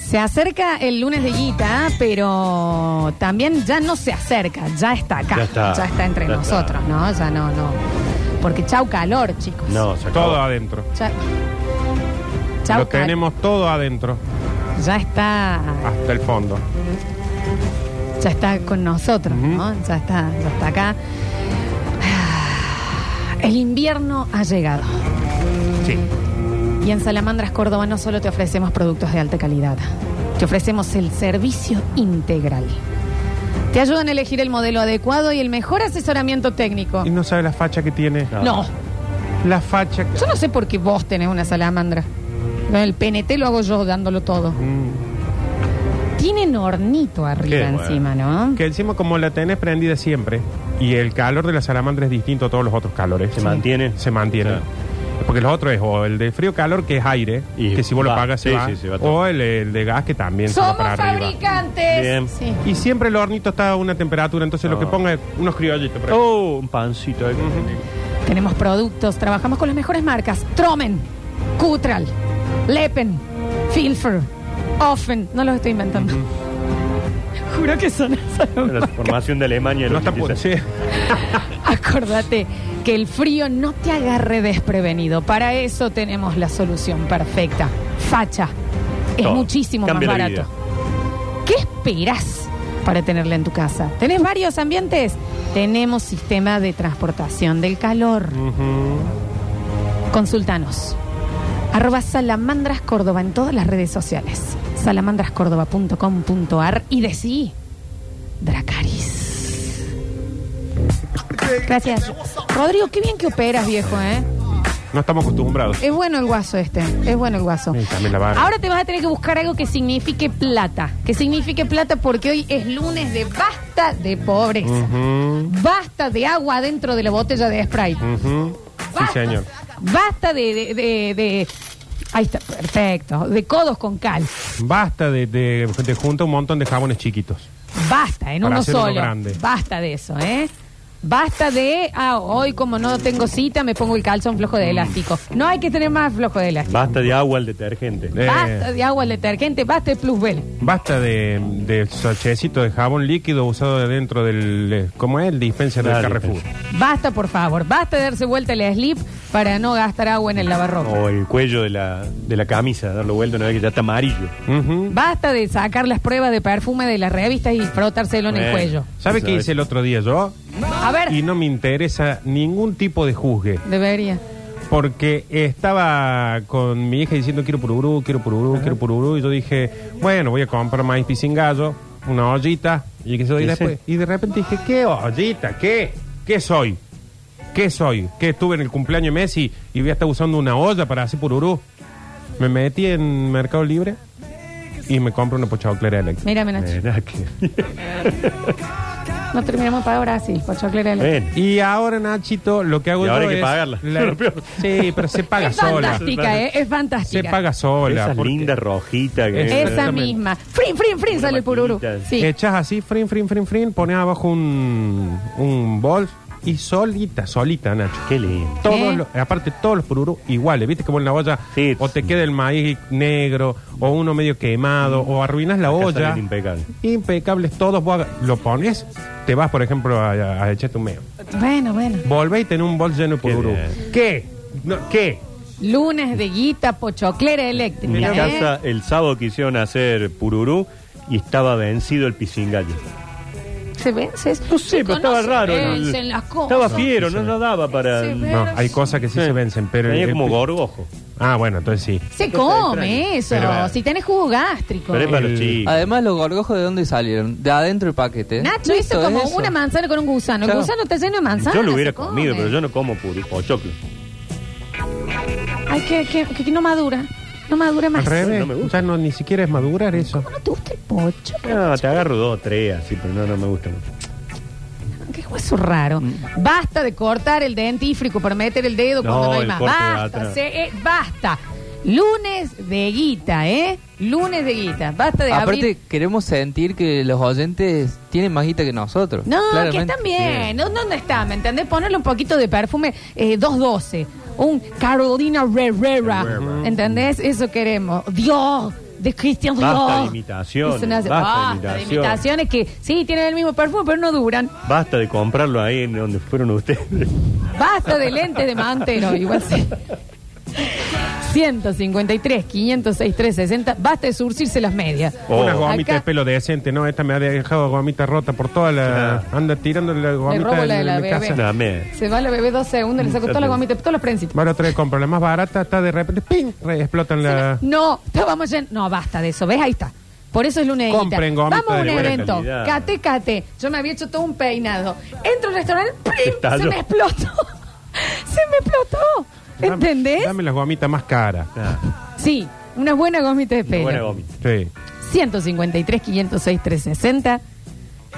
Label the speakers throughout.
Speaker 1: Se acerca el lunes de Guita, pero también ya no se acerca, ya está acá.
Speaker 2: Ya está.
Speaker 1: entre
Speaker 2: Ya está.
Speaker 1: nosotros, ¿no? Ya no, no. Porque chau calor, chicos.
Speaker 2: No, se acabó.
Speaker 3: Todo adentro.
Speaker 1: Chau, chau
Speaker 3: Lo
Speaker 1: cal-
Speaker 3: tenemos todo adentro,
Speaker 1: Ya está,
Speaker 3: hasta el fondo.
Speaker 1: ya está con nosotros,
Speaker 3: Ujú.
Speaker 1: ¿no? Ya está, ya está acá. El invierno ha llegado.
Speaker 3: Sí.
Speaker 1: Y en Salamandras Córdoba no solo te ofrecemos productos de alta calidad, te ofrecemos el servicio integral. Te ayudan a elegir el modelo adecuado y el mejor asesoramiento técnico.
Speaker 3: Y no sabe la facha que tiene.
Speaker 1: No,
Speaker 3: La facha que...
Speaker 1: yo no sé por qué vos tenés una salamandra. No, El PNT lo hago yo dándolo todo.
Speaker 3: Mm,
Speaker 1: Tienen hornito arriba
Speaker 2: Qué bueno.
Speaker 1: encima, ¿no?
Speaker 3: Que encima como la tenés prendida siempre y el calor de la salamandra es distinto a todos los otros calores.
Speaker 2: Se mantiene.
Speaker 3: Se mantiene.
Speaker 2: Claro.
Speaker 3: Porque los otros es o el de frío calor que es aire,
Speaker 2: Y
Speaker 3: que si vos
Speaker 2: va.
Speaker 3: lo pagas se
Speaker 2: Sí,
Speaker 3: va,
Speaker 2: sí, se va todo.
Speaker 3: o el, el de gas que también se va
Speaker 1: Somos
Speaker 3: para arriba.
Speaker 1: fabricantes.
Speaker 2: Bien.
Speaker 1: Sí.
Speaker 3: Y siempre el hornito está a una temperatura, entonces lo
Speaker 2: Ah.
Speaker 3: que ponga es unos criollitos. por ahí.
Speaker 2: Oh, un pancito. ahí.
Speaker 1: Tenemos productos, trabajamos con las mejores marcas. Tromen, Cutral, Lepen, Filfer, Offen. No los estoy inventando. Juro que son esas las
Speaker 2: La
Speaker 1: marcas.
Speaker 2: formación de Alemania.
Speaker 3: No está
Speaker 2: lo que
Speaker 3: pu-
Speaker 2: dice.
Speaker 3: sí.
Speaker 1: Acordate que el frío no te agarre desprevenido. Para eso tenemos la solución perfecta. Facha. Es
Speaker 2: Todo.
Speaker 1: muchísimo
Speaker 2: Cambia
Speaker 1: más
Speaker 2: la
Speaker 1: barato. ¿Qué esperas para tenerla en tu casa? ¿Tenés varios ambientes? Tenemos sistema de transportación del calor.
Speaker 3: Ujú.
Speaker 1: Consultanos. Arroba Salamandras Córdoba en todas las redes sociales. Salamandrascórdoba.com.ar y decí Dracaris. Gracias. Rodrigo, qué bien que operas, viejo, ¿eh?
Speaker 3: No estamos acostumbrados.
Speaker 1: Es bueno el guaso este, es bueno el guaso.
Speaker 3: Sí, también la barra.
Speaker 1: Ahora te vas a tener que buscar algo que signifique plata. Que signifique plata porque hoy es lunes de basta de pobreza.
Speaker 3: Ujú,
Speaker 1: Basta de agua dentro de la botella de Sprite.
Speaker 3: ujú. Mm. Sí,
Speaker 1: Basta.
Speaker 3: señor.
Speaker 1: Basta de, de, de- de- Ahí está, perfecto. De codos con cal.
Speaker 3: Basta de, de, de junta un montón de jabones chiquitos.
Speaker 1: Basta, en
Speaker 3: Para
Speaker 1: uno
Speaker 3: hacer uno
Speaker 1: solo.
Speaker 3: grande.
Speaker 1: Basta de eso, ¿eh? Basta de. Ah, hoy como no tengo cita, me pongo el calzón flojo de elástico. No hay que tener más flojo de elástico.
Speaker 2: Basta de agua al detergente.
Speaker 3: Eh.
Speaker 1: Basta de agua al detergente, basta de plusbel.
Speaker 3: Basta de, de sachecito de jabón líquido usado dentro del. eh, ¿Cómo es? El dispenser del
Speaker 2: Ah,
Speaker 3: Carrefour.
Speaker 2: dispenser.
Speaker 1: Basta, por favor. Basta de darse vuelta el slip para no gastar agua en el lavarropa.
Speaker 2: O el cuello de la, de la camisa, darlo vuelta una vez que ya está amarillo.
Speaker 3: Ujú.
Speaker 1: Basta de sacar las pruebas de perfume de las revistas y frotárselo en el
Speaker 2: Bueno.
Speaker 1: cuello.
Speaker 3: ¿Sabe qué hice el otro día yo?
Speaker 1: A ver,
Speaker 3: Y no me interesa ningún tipo de juzgue.
Speaker 1: debería.
Speaker 3: Porque estaba con mi hija diciendo quiero pururú, quiero pururú, quiero pururú. Y yo dije, bueno, voy a comprar maíz pisingallo, una ollita. Y, que soy
Speaker 2: Y
Speaker 3: después. y de repente dije, ¿qué ollita? ¿Qué? ¿Qué soy? ¿Qué soy? ¿Qué estuve en el cumpleaños de Messi y voy a estar usando una olla para hacer pururú? Me metí en Mercado Libre y me compro una pochoclera eléctrica.
Speaker 1: Mírame, Nacho.
Speaker 2: Mirá Eh, que-
Speaker 1: No terminamos para ahora, sí, pochoclera eléctrica.
Speaker 2: Bueno,
Speaker 3: Y ahora, Nachito, lo que hago
Speaker 2: Y ahora
Speaker 3: yo
Speaker 2: hay que
Speaker 3: es
Speaker 2: pagarla. Lo peor.
Speaker 3: sí, pero se paga
Speaker 1: es
Speaker 3: sola.
Speaker 1: fantástica, ¿eh? Es
Speaker 3: Se
Speaker 1: fantástica.
Speaker 3: paga sola.
Speaker 2: esas
Speaker 3: porque-
Speaker 2: lindas rojitas. que-
Speaker 3: Esa
Speaker 1: Esa
Speaker 3: Exactamente.
Speaker 1: misma. Frin, frin, frin,
Speaker 2: Una
Speaker 1: sale el pururu.
Speaker 2: maquinita. Eh.
Speaker 1: Sí.
Speaker 3: Echas así, frin, frin, frin, frin, pones abajo un, un bol y solita, solita, Nacho.
Speaker 2: Qué lindo.
Speaker 3: Todos
Speaker 1: ¿Eh?
Speaker 3: los- aparte, todos los pururú iguales, viste como en la olla,
Speaker 2: Sí.
Speaker 3: o te queda el maíz negro, o uno medio quemado, o arruinas la
Speaker 2: Acá
Speaker 3: olla.
Speaker 2: salen impecables.
Speaker 3: Impecables todos, vos haga- lo pones, te vas, por ejemplo, a, a- a echarte un meo.
Speaker 1: Bueno, bueno.
Speaker 3: Volvés y tenés un bol lleno de
Speaker 2: Qué
Speaker 3: pururú.
Speaker 2: bien.
Speaker 3: ¿Qué? No, ¿Qué?
Speaker 1: Lunes de guita, pochoclera
Speaker 2: En mi
Speaker 1: eléctrica. ¿eh?
Speaker 2: casa, el sábado quisieron hacer pururú y estaba vencido el pisingallo.
Speaker 1: Se ven, se Eh,
Speaker 2: No sé, pero estaba raro.
Speaker 1: Se
Speaker 2: ¿no?
Speaker 1: vencen las cosas.
Speaker 2: Estaba fiero, no lo daba para.
Speaker 1: Se
Speaker 2: Eh.
Speaker 1: ve-
Speaker 3: No, hay cosas que sí, se vencen, pero...
Speaker 2: Tenía
Speaker 3: el-
Speaker 2: como gorgojo.
Speaker 3: Ah, bueno, entonces sí.
Speaker 1: Se come eso.
Speaker 2: Pero-
Speaker 1: si tenés jugo gástrico.
Speaker 2: Pero es para los
Speaker 3: El-
Speaker 2: chicos.
Speaker 4: Además, los gorgojos de dónde salieron? De adentro del paquete.
Speaker 1: Nacho hizo
Speaker 4: Listo,
Speaker 1: como
Speaker 4: es eso.
Speaker 1: una manzana con un gusano. El
Speaker 4: Claro.
Speaker 1: gusano está lleno de manzana.
Speaker 2: Yo lo hubiera
Speaker 1: se come.
Speaker 2: comido, pero yo no como pururú. O choclo.
Speaker 1: Ay, que, que, que- que no madura. No madura
Speaker 3: Al
Speaker 1: más.
Speaker 3: revés,
Speaker 2: No me gusta.
Speaker 3: ya no, ni siquiera es madurar eso.
Speaker 1: ¿Cómo te gusta el pocho?
Speaker 2: No, te agarro dos o tres así, pero no, no me gusta mucho.
Speaker 1: Qué hueso raro.
Speaker 4: Mm.
Speaker 1: Basta de cortar el dentífrico para meter el dedo
Speaker 2: No,
Speaker 1: cuando no hay
Speaker 2: el
Speaker 1: más.
Speaker 2: corte de
Speaker 1: Basta,
Speaker 2: atrás.
Speaker 1: se- eh, basta. Lunes de guita, ¿eh? Lunes de guita. Basta de
Speaker 4: Aparte,
Speaker 1: abrir.
Speaker 4: queremos sentir que los oyentes tienen más guita que nosotros.
Speaker 1: No,
Speaker 4: claramente.
Speaker 1: que están bien. ¿Dó- ¿Dónde está? ¿Me entendés? Ponerle un poquito de perfume eh, 212. Un Carolina Herrera.
Speaker 2: Herrera.
Speaker 1: ¿Entendés? Eso queremos. Dios. de Christian Dior.
Speaker 2: Basta de imitaciones,
Speaker 1: Eso no hace-
Speaker 2: basta de
Speaker 1: basta de
Speaker 2: imitaciones.
Speaker 1: imitaciones que sí tienen el mismo perfume, pero no duran.
Speaker 2: Basta de comprarlo ahí en donde fueron ustedes.
Speaker 1: Basta de lentes de mantero, igual sí. 153, 506, 360. Basta de surcirse las medias.
Speaker 2: Oh.
Speaker 3: Una gomita
Speaker 1: Acá-
Speaker 3: de pelo decente, no, esta me ha dejado gomita rota por toda la.
Speaker 2: Claro.
Speaker 3: Anda tirando la
Speaker 1: robo
Speaker 3: gomita
Speaker 1: la de
Speaker 3: en
Speaker 1: la
Speaker 3: mi
Speaker 1: bebé.
Speaker 3: casa.
Speaker 2: Una mierda.
Speaker 1: Se va la bebé dos segundos, le saco toda la gomita, todos los prensitos.
Speaker 3: Van a traer compra la más barata, está de repente, ¡ping! Re- explotan la.
Speaker 1: No, estábamos en. No, basta de eso, ¿ves? Ahí está. Por eso es lunes.
Speaker 3: Compren gomita
Speaker 1: Vamos a un
Speaker 3: de buena
Speaker 1: evento.
Speaker 2: calidad.
Speaker 1: Cate, cate. Yo me había hecho todo un peinado. Entro al restaurante, ¡prim! Se
Speaker 2: Estalló.
Speaker 1: me explotó. se me explotó.
Speaker 3: Dame-
Speaker 1: ¿Entendés?
Speaker 3: Dame las gomitas más caras.
Speaker 2: Nah,
Speaker 1: Sí, una buena gomita de
Speaker 2: una
Speaker 1: pelo.
Speaker 2: Ah, buena gomita.
Speaker 3: Sí.
Speaker 1: 153, 506, 360.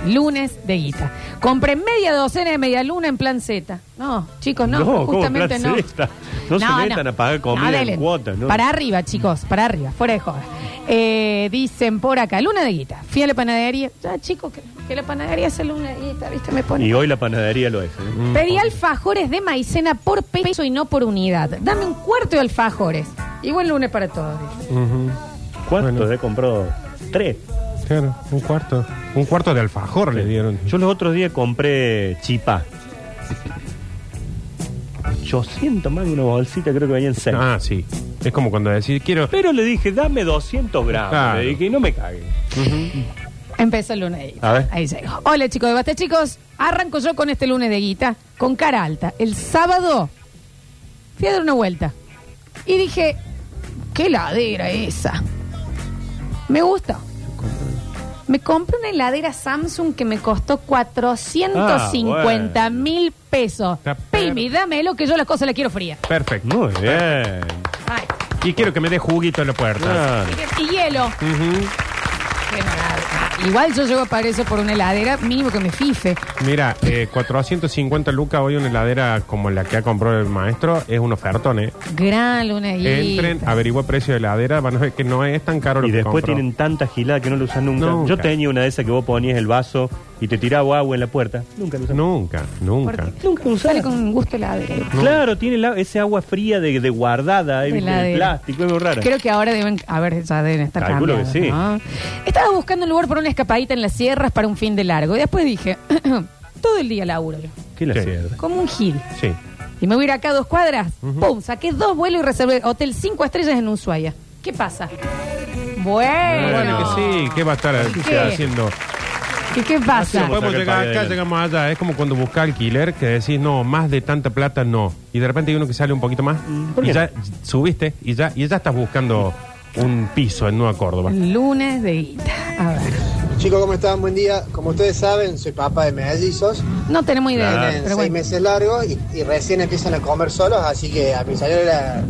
Speaker 1: Lunes de guita. Compré media docena de media luna en plan Z. No, chicos, no,
Speaker 2: No, ¿cómo
Speaker 1: justamente
Speaker 2: plan
Speaker 1: no.
Speaker 2: Z? No se metan a pagar comida en
Speaker 1: dele.
Speaker 2: cuota, ¿no?
Speaker 1: Para arriba, chicos, para arriba, fuera de joda. Eh, dicen por acá, luna de guita. Fui a la panadería. Ya, chicos, que, que la panadería es luna de guita, ¿viste? Me pone.
Speaker 2: Y hoy la panadería lo es. ¿eh?
Speaker 1: Pedí alfajores de maicena por peso y no por unidad. Dame un cuarto de alfajores. Y buen lunes para todos. dice.
Speaker 3: Ujú.
Speaker 2: ¿Cuántos
Speaker 3: Bueno.
Speaker 2: he comprado? Tres.
Speaker 3: Claro, un cuarto. Un cuarto de alfajor le dieron.
Speaker 2: Yo los otros días compré chipá. 800 más de una bolsita, creo que venían seis.
Speaker 3: Ah, sí. Es como cuando decís, quiero.
Speaker 2: Pero le dije, dame 200 gramos.
Speaker 3: Claro.
Speaker 2: Le dije, y no me cagues.
Speaker 1: Empezó el lunes de guita.
Speaker 2: A ver.
Speaker 1: Ahí llegó. Hola chicos de Basta, chicos. Arranco yo con este lunes de guita, con cara alta. El sábado fui a dar una vuelta y dije, qué heladera esa. Me gusta. Me compré una heladera Samsung que me costó 450
Speaker 2: Ah, bueno.
Speaker 1: mil pesos.
Speaker 3: Está per-
Speaker 1: Pimi, dámelo que yo las cosas las quiero fría.
Speaker 3: Perfecto.
Speaker 2: Muy bien.
Speaker 1: Ay,
Speaker 3: Y quiero que me dé juguito en la puerta.
Speaker 2: Ah,
Speaker 1: y hielo.
Speaker 3: Ujú.
Speaker 1: Qué maravilla. Igual yo llego a pagar eso por una heladera, mínimo que me fife.
Speaker 3: Mira, eh, 450 lucas hoy una heladera como la que ha comprado el maestro es un ofertón, ¿eh?
Speaker 1: Gran lunes de guita.
Speaker 3: Entren, averigua precio de heladera, van a ver que no es tan caro lo
Speaker 2: Y
Speaker 3: que
Speaker 2: después
Speaker 3: compró.
Speaker 2: tienen tanta gilada que no lo usan nunca.
Speaker 3: Nunca.
Speaker 2: Yo tenía una de esas que vos ponías el vaso y te tiraba agua en la puerta. Nunca lo usamos.
Speaker 3: Nunca, nunca.
Speaker 1: Porque nunca usaba. Sale con gusto heladera.
Speaker 2: Claro, tiene la- ese agua fría de, de guardada, eh,
Speaker 1: De
Speaker 2: de,
Speaker 1: heladera.
Speaker 2: plástico, es muy rara.
Speaker 1: Creo que ahora deben, a ver, ya deben estar
Speaker 2: Calculo
Speaker 1: cambiados,
Speaker 2: que sí.
Speaker 1: ¿no? Estaba buscando un lugar para una escapadita en las sierras para un fin de largo. Y después dije, todo el día laburo yo,
Speaker 2: ¿Qué la
Speaker 3: Sí.
Speaker 2: cierra?
Speaker 1: como un gil.
Speaker 3: Sí.
Speaker 1: Y me voy a ir acá a dos cuadras. Pum, saqué dos vuelos y reservé hotel cinco estrellas en Ushuaia. ¿Qué pasa? Bueno.
Speaker 3: Ah, Bueno, que sí, ¿qué va a estar
Speaker 1: ¿Y
Speaker 3: qué
Speaker 1: qué?
Speaker 3: haciendo?
Speaker 1: ¿Y qué
Speaker 3: Sí,
Speaker 1: pasa?
Speaker 2: Vamos a
Speaker 3: podemos
Speaker 2: sacar
Speaker 3: llegar
Speaker 2: pague
Speaker 3: acá,
Speaker 2: de-
Speaker 3: llegamos allá. Es como cuando buscas alquiler que decís, no, más de tanta plata no. Y de repente hay uno que sale un poquito más
Speaker 2: ¿por
Speaker 3: y
Speaker 2: qué
Speaker 3: ya subiste y ya, y ya estás buscando un piso en Nueva Córdoba.
Speaker 1: Lunes de guita. A ver.
Speaker 5: Chicos, ¿cómo están? Buen día. Como ustedes saben, soy papá de mellizos.
Speaker 1: No tenemos idea.
Speaker 2: Claro.
Speaker 1: de eso, Ah. Pero
Speaker 5: Tienen seis
Speaker 1: bueno.
Speaker 5: meses largos y, y recién empiezan a comer solos, así que a mi señora la-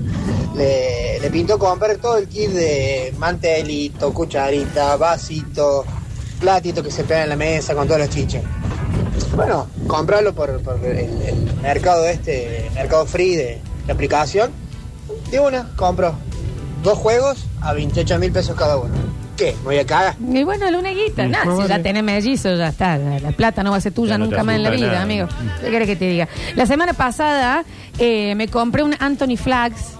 Speaker 5: le, le pintó comprar todo el kit de mantelito, cucharita, vasito, platito que se pega en la mesa con todos los chiches. Bueno, comprarlo por, por el, el mercado este, mercado free de la aplicación. De una, compro dos juegos a 28 mil pesos cada uno. ¿Qué? ¿Me voy a cagar?
Speaker 1: Y bueno, lunes de guita. Nah, si ya tenés mellizo, ya está. La la plata no va a ser tuya
Speaker 2: Ya no te
Speaker 1: nunca más en la
Speaker 2: asusta
Speaker 1: vida,
Speaker 2: nada.
Speaker 1: amigo. ¿Qué querés que te diga? La semana pasada eh, me compré un Anthony Flags.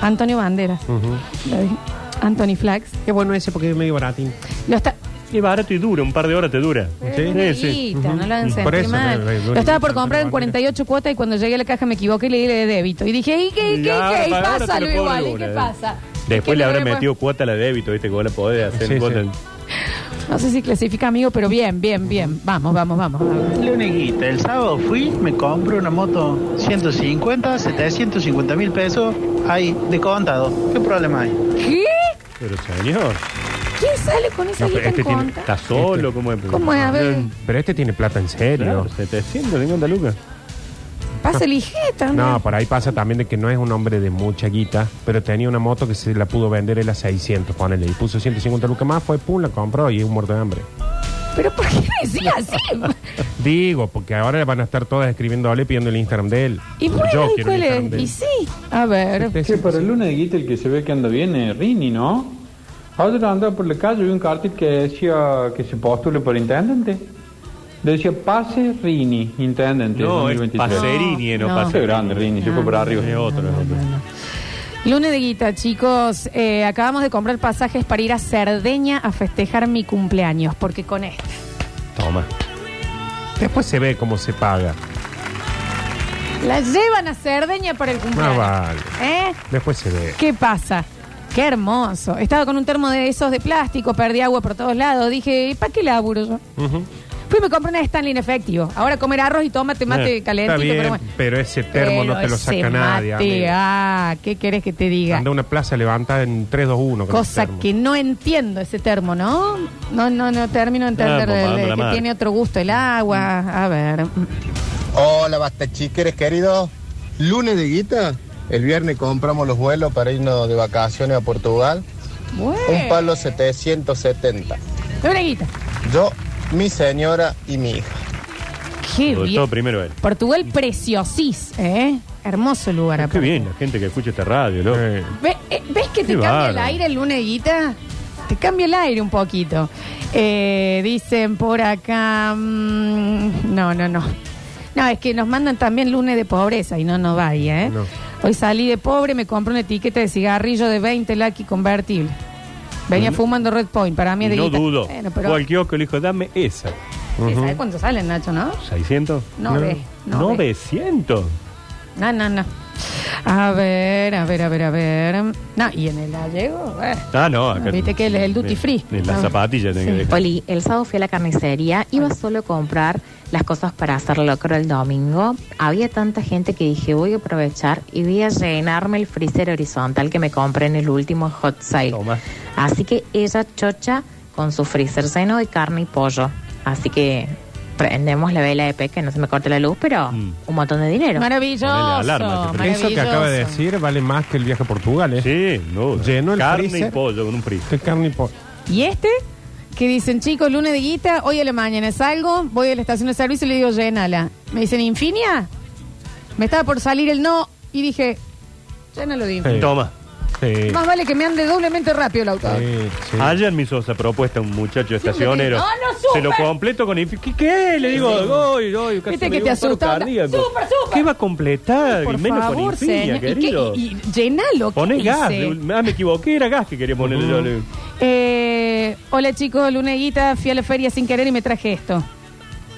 Speaker 1: Antonio Banderas. Lo dije. Anthony Flags.
Speaker 3: Qué bueno ese porque es medio baratín.
Speaker 1: Lo está.
Speaker 2: Y barato y dura, un par de horas te dura.
Speaker 1: Lunes de guita, No lo hagan
Speaker 3: Por
Speaker 1: sentir
Speaker 3: eso,
Speaker 1: mal.
Speaker 3: no, no, no,
Speaker 1: Lo estaba por
Speaker 3: no, no,
Speaker 1: comprar en
Speaker 3: no,
Speaker 1: 48 cuotas y cuando llegué a la caja me equivoqué y le di de débito. Y dije, ¿y qué, y qué,
Speaker 2: ahora-
Speaker 1: y qué? ¿Y
Speaker 2: ahora
Speaker 1: pasa
Speaker 2: te lo
Speaker 1: lo
Speaker 2: cobro
Speaker 1: igual? ¿Y
Speaker 2: una
Speaker 1: qué
Speaker 2: vez.
Speaker 1: pasa?
Speaker 2: Después
Speaker 1: ¿Y
Speaker 2: le
Speaker 1: qué
Speaker 2: habrá
Speaker 1: después?
Speaker 2: metido cuota a la débito, viste, que vos la podés hacer
Speaker 3: Sí,
Speaker 2: en cuota.
Speaker 3: sí.
Speaker 1: No sé si clasifica amigo, pero bien, bien, bien. Vamos, vamos, vamos.
Speaker 6: Luneguita, el sábado fui, me compré una moto 150, 750 mil pesos, ahí, de contado. ¿Qué problema hay?
Speaker 1: ¿Qué?
Speaker 2: Pero señor,
Speaker 1: ¿Quién sale con esa
Speaker 2: no, pero
Speaker 1: guita
Speaker 2: este
Speaker 1: en
Speaker 2: tiene,
Speaker 1: conta?
Speaker 2: está solo, ¿cómo es?
Speaker 1: ¿Cómo es? A ver.
Speaker 3: Pero este tiene plata en serio.
Speaker 2: Claro, 700, 50 lucas.
Speaker 1: Pasa el hijeta,
Speaker 3: No, por ahí pasa también de que no es un hombre de mucha guita, pero tenía una moto que se la pudo vender él a 600, ponele. Y puso 150 lucas más, fue pum, la compró y es un muerto de hambre.
Speaker 1: ¿Pero por qué decía así?
Speaker 3: Digo, porque ahora van a estar todas escribiéndole pidiendo el Instagram de él.
Speaker 1: ¿Y por
Speaker 3: Yo
Speaker 1: ahí
Speaker 3: quiero
Speaker 1: cuál
Speaker 3: el Instagram
Speaker 1: es?
Speaker 3: de
Speaker 1: Y
Speaker 3: él.
Speaker 1: sí. A ver.
Speaker 3: Este.
Speaker 7: Che, para el lunes de Guita el que se ve que anda bien es Rini, ¿no? Ayer andaba por la calle vi un cartel que decía que se postule por intendente. Decía pase Rini, intendente.
Speaker 2: No, es
Speaker 7: 2023.
Speaker 2: Pacerini, no,
Speaker 1: No. Ah.
Speaker 7: Qué
Speaker 2: Pacerini.
Speaker 7: grande Rini, se fue por arriba.
Speaker 2: Es otro, es otro.
Speaker 1: Lunes de guita, chicos. Eh, acabamos de comprar pasajes para ir a Cerdeña a festejar mi cumpleaños, porque con esta.
Speaker 2: Toma.
Speaker 3: Después se ve cómo se paga.
Speaker 1: La llevan a Cerdeña para el cumpleaños.
Speaker 3: Ah, vale.
Speaker 1: ¿Eh?
Speaker 3: Después se ve.
Speaker 1: ¿Qué pasa? Qué hermoso. Estaba con un termo de esos de plástico, perdí agua por todos lados. Dije, ¿para qué laburo yo?
Speaker 3: Ujú.
Speaker 1: Fui y me compré una Stanley en efectivo. Ahora comer arroz y tomate, mate
Speaker 3: Eh,
Speaker 1: calentito.
Speaker 3: Está bien,
Speaker 1: pero
Speaker 3: pero,
Speaker 1: bueno.
Speaker 3: ese termo no
Speaker 1: Pero
Speaker 3: te lo
Speaker 1: ese
Speaker 3: saca nadie.
Speaker 1: mate,
Speaker 3: amigo.
Speaker 1: ah, ¿qué querés que te diga?
Speaker 3: Anda a una plaza levantada en 3-2-1. con
Speaker 1: Cosa
Speaker 3: ese termo.
Speaker 1: que no entiendo ese termo, ¿no? No, no, no termino de entender
Speaker 2: Ah, pues,
Speaker 1: el-
Speaker 2: mandando
Speaker 1: el
Speaker 2: la
Speaker 1: que
Speaker 2: madre.
Speaker 1: tiene otro gusto el agua. A ver.
Speaker 8: Hola, basta chiqueres queridos. Lunes de guita. El viernes compramos los vuelos para irnos de vacaciones a Portugal.
Speaker 1: Bueno.
Speaker 8: Un palo 770.
Speaker 1: De una guita.
Speaker 8: Yo, mi señora y mi hija.
Speaker 1: Qué
Speaker 2: Sobre
Speaker 1: bien.
Speaker 2: todo primero él.
Speaker 1: Portugal preciosís, ¿eh? Hermoso lugar.
Speaker 2: Qué
Speaker 1: aparte.
Speaker 2: bien, la gente que escucha esta radio, loco.
Speaker 3: Eh,
Speaker 1: Ve- eh, ¿Ves que te cambia
Speaker 2: Qué
Speaker 1: el
Speaker 2: bárbaro.
Speaker 1: aire el lunes, Guita? Te cambia el aire un poquito. Eh, dicen por acá. mm, no, no, no. No, es que nos mandan también lunes de pobreza y no nos vaya, ¿eh?
Speaker 3: No.
Speaker 1: Hoy salí de pobre, me compré una etiqueta de cigarrillo de 20 Lucky convertible. Venía fumando Red Point, para mí es de
Speaker 2: Mm. no
Speaker 1: guita.
Speaker 2: dudo.
Speaker 1: Bueno,
Speaker 2: O
Speaker 1: pero.
Speaker 2: al kiosco le dijo, dame esa.
Speaker 1: Sí, ¿Sabes cuánto salen, Nacho, no?
Speaker 2: ¿600?
Speaker 1: No ve, no ve.
Speaker 2: 900.
Speaker 1: No, no, no. A ver, a ver, a ver, a ver. No, y en el gallego, bueno.
Speaker 2: Ah, no. acá-
Speaker 1: Viste que él es el duty free.
Speaker 2: En las
Speaker 1: Ah.
Speaker 2: zapatillas tiene que dejar.
Speaker 9: Oli, el sábado fui a la carnicería, iba solo a comprar las cosas para hacer locro el domingo. Había tanta gente que dije, voy a aprovechar y voy a llenarme el freezer horizontal que me compré en el último hot sale.
Speaker 2: Toma.
Speaker 9: Así que ella chocha con su freezer lleno de carne y pollo. Así que prendemos la vela de pe que no se me corte la luz, pero
Speaker 2: Mm.
Speaker 9: un montón de dinero.
Speaker 1: Maravilloso.
Speaker 2: Ponele alarma, que
Speaker 3: Eso que acaba de decir vale más que el viaje a Portugal, ¿eh?
Speaker 2: Sí, no.
Speaker 3: Llenó el
Speaker 2: Carne y
Speaker 3: freezer.
Speaker 2: pollo con un frito.
Speaker 3: Qué carne y po-
Speaker 1: ¿Y este? Que dicen, chicos, lunes de guita, hoy a la mañana salgo, voy a la estación de servicio y le digo, llénala. Me dicen, ¿Infinia? Me estaba por salir el no y dije, llénalo de Infinia.
Speaker 3: Sí.
Speaker 2: Toma.
Speaker 3: Sí.
Speaker 1: Más vale que me ande doblemente rápido el auto.
Speaker 3: Sí, sí.
Speaker 1: Ah,
Speaker 2: Ayer me hizo esa propuesta un muchacho estacionero.
Speaker 1: no, no,
Speaker 2: Se lo
Speaker 1: súper.
Speaker 2: completo con infi- ¿Qué? qué? Le digo, "Ay, ay, casi
Speaker 1: Viste que
Speaker 2: me dio
Speaker 1: te
Speaker 2: un paro
Speaker 1: asusta, onda,
Speaker 2: cardíaco".
Speaker 1: "Súper, súper".
Speaker 2: ¿Qué va a completar?
Speaker 1: Por
Speaker 2: Y menos
Speaker 1: favor,
Speaker 2: con infinia,
Speaker 1: señor. ¿Y, qué?
Speaker 2: querido.
Speaker 1: y, y llenalo. ¿qué
Speaker 2: Poné
Speaker 1: hice? Mm.
Speaker 2: gas. Le- Ah, me equivoqué, era gas que quería ponerle yo. Le-
Speaker 1: Eh, hola chicos, lunes de guita, fui a la feria sin querer y me traje esto.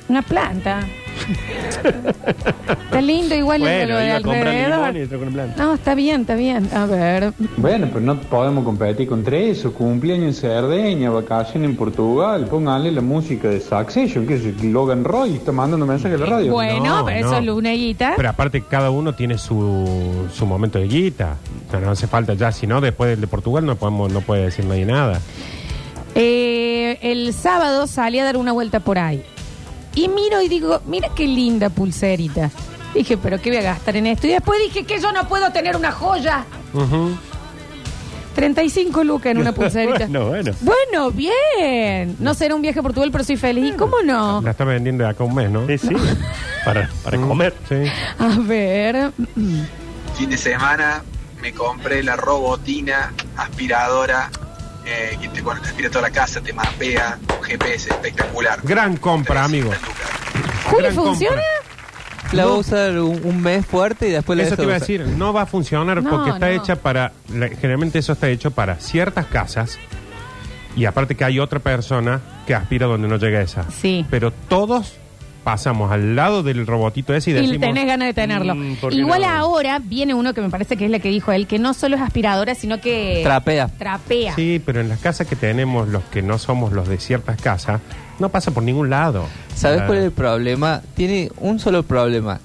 Speaker 1: Una planta. Está lindo igual
Speaker 2: Bueno,
Speaker 1: lo de
Speaker 2: iba a comprar
Speaker 1: alrededor.
Speaker 2: limón y entró con el blanco.
Speaker 1: No, está bien, está bien. A ver.
Speaker 7: Bueno, pero no podemos competir contra eso. Cumpleaños en Cerdeña, vacaciones en Portugal. Pónganle la música de Succession, que es Logan Roy. Está mandando mensaje a la radio.
Speaker 1: Bueno,
Speaker 3: no,
Speaker 1: pero eso
Speaker 3: no.
Speaker 1: es luneguita.
Speaker 3: Pero aparte, cada uno tiene su, su momento de guita. Pero no hace falta ya, si no, después del de Portugal no podemos no puede decir nadie nada.
Speaker 1: Eh, el sábado salí a dar una vuelta por ahí. Y miro y digo, mira qué linda pulserita. Dije, pero ¿qué voy a gastar en esto? Y después dije que yo no puedo tener una joya. 35 lucas en una pulserita.
Speaker 2: Bueno, bueno.
Speaker 1: Bueno, bien. No será un viaje a Portugal, pero soy feliz. ¿Y cómo no?
Speaker 3: La está vendiendo de acá a un mes, ¿no?
Speaker 2: Sí, sí. Para, para comer.
Speaker 3: Mm. Sí.
Speaker 1: A ver.
Speaker 10: fin de semana me compré la robotina aspiradora eh, que te, bueno, te aspira toda la casa, te mapea, un GPS espectacular.
Speaker 3: Gran compra, amigo.
Speaker 1: ¿Juli
Speaker 3: Gran
Speaker 1: funciona?
Speaker 4: La va a usar un, un mes fuerte y después la
Speaker 3: Eso
Speaker 4: deja
Speaker 3: te
Speaker 4: de
Speaker 3: iba a
Speaker 4: usar.
Speaker 3: decir, no va a funcionar
Speaker 1: No,
Speaker 3: porque está
Speaker 1: no.
Speaker 3: hecha para. la- Generalmente eso está hecho para ciertas casas. Y aparte que hay otra persona que aspira donde no llega esa.
Speaker 1: Sí.
Speaker 3: Pero todos pasamos al lado del robotito ese y decimos.
Speaker 1: Y tenés ganas de tenerlo.
Speaker 2: Mm, ¿por qué
Speaker 1: Igual
Speaker 2: no?
Speaker 1: ahora viene uno que me parece que es la que dijo él, que no solo es aspiradora, sino que
Speaker 4: Trapea.
Speaker 1: trapea.
Speaker 3: Sí, pero en las casas que tenemos, los que no somos los de ciertas casas, no pasa por ningún lado.
Speaker 4: ¿Sabes
Speaker 3: La-
Speaker 4: cuál es el problema? Tiene un solo problema.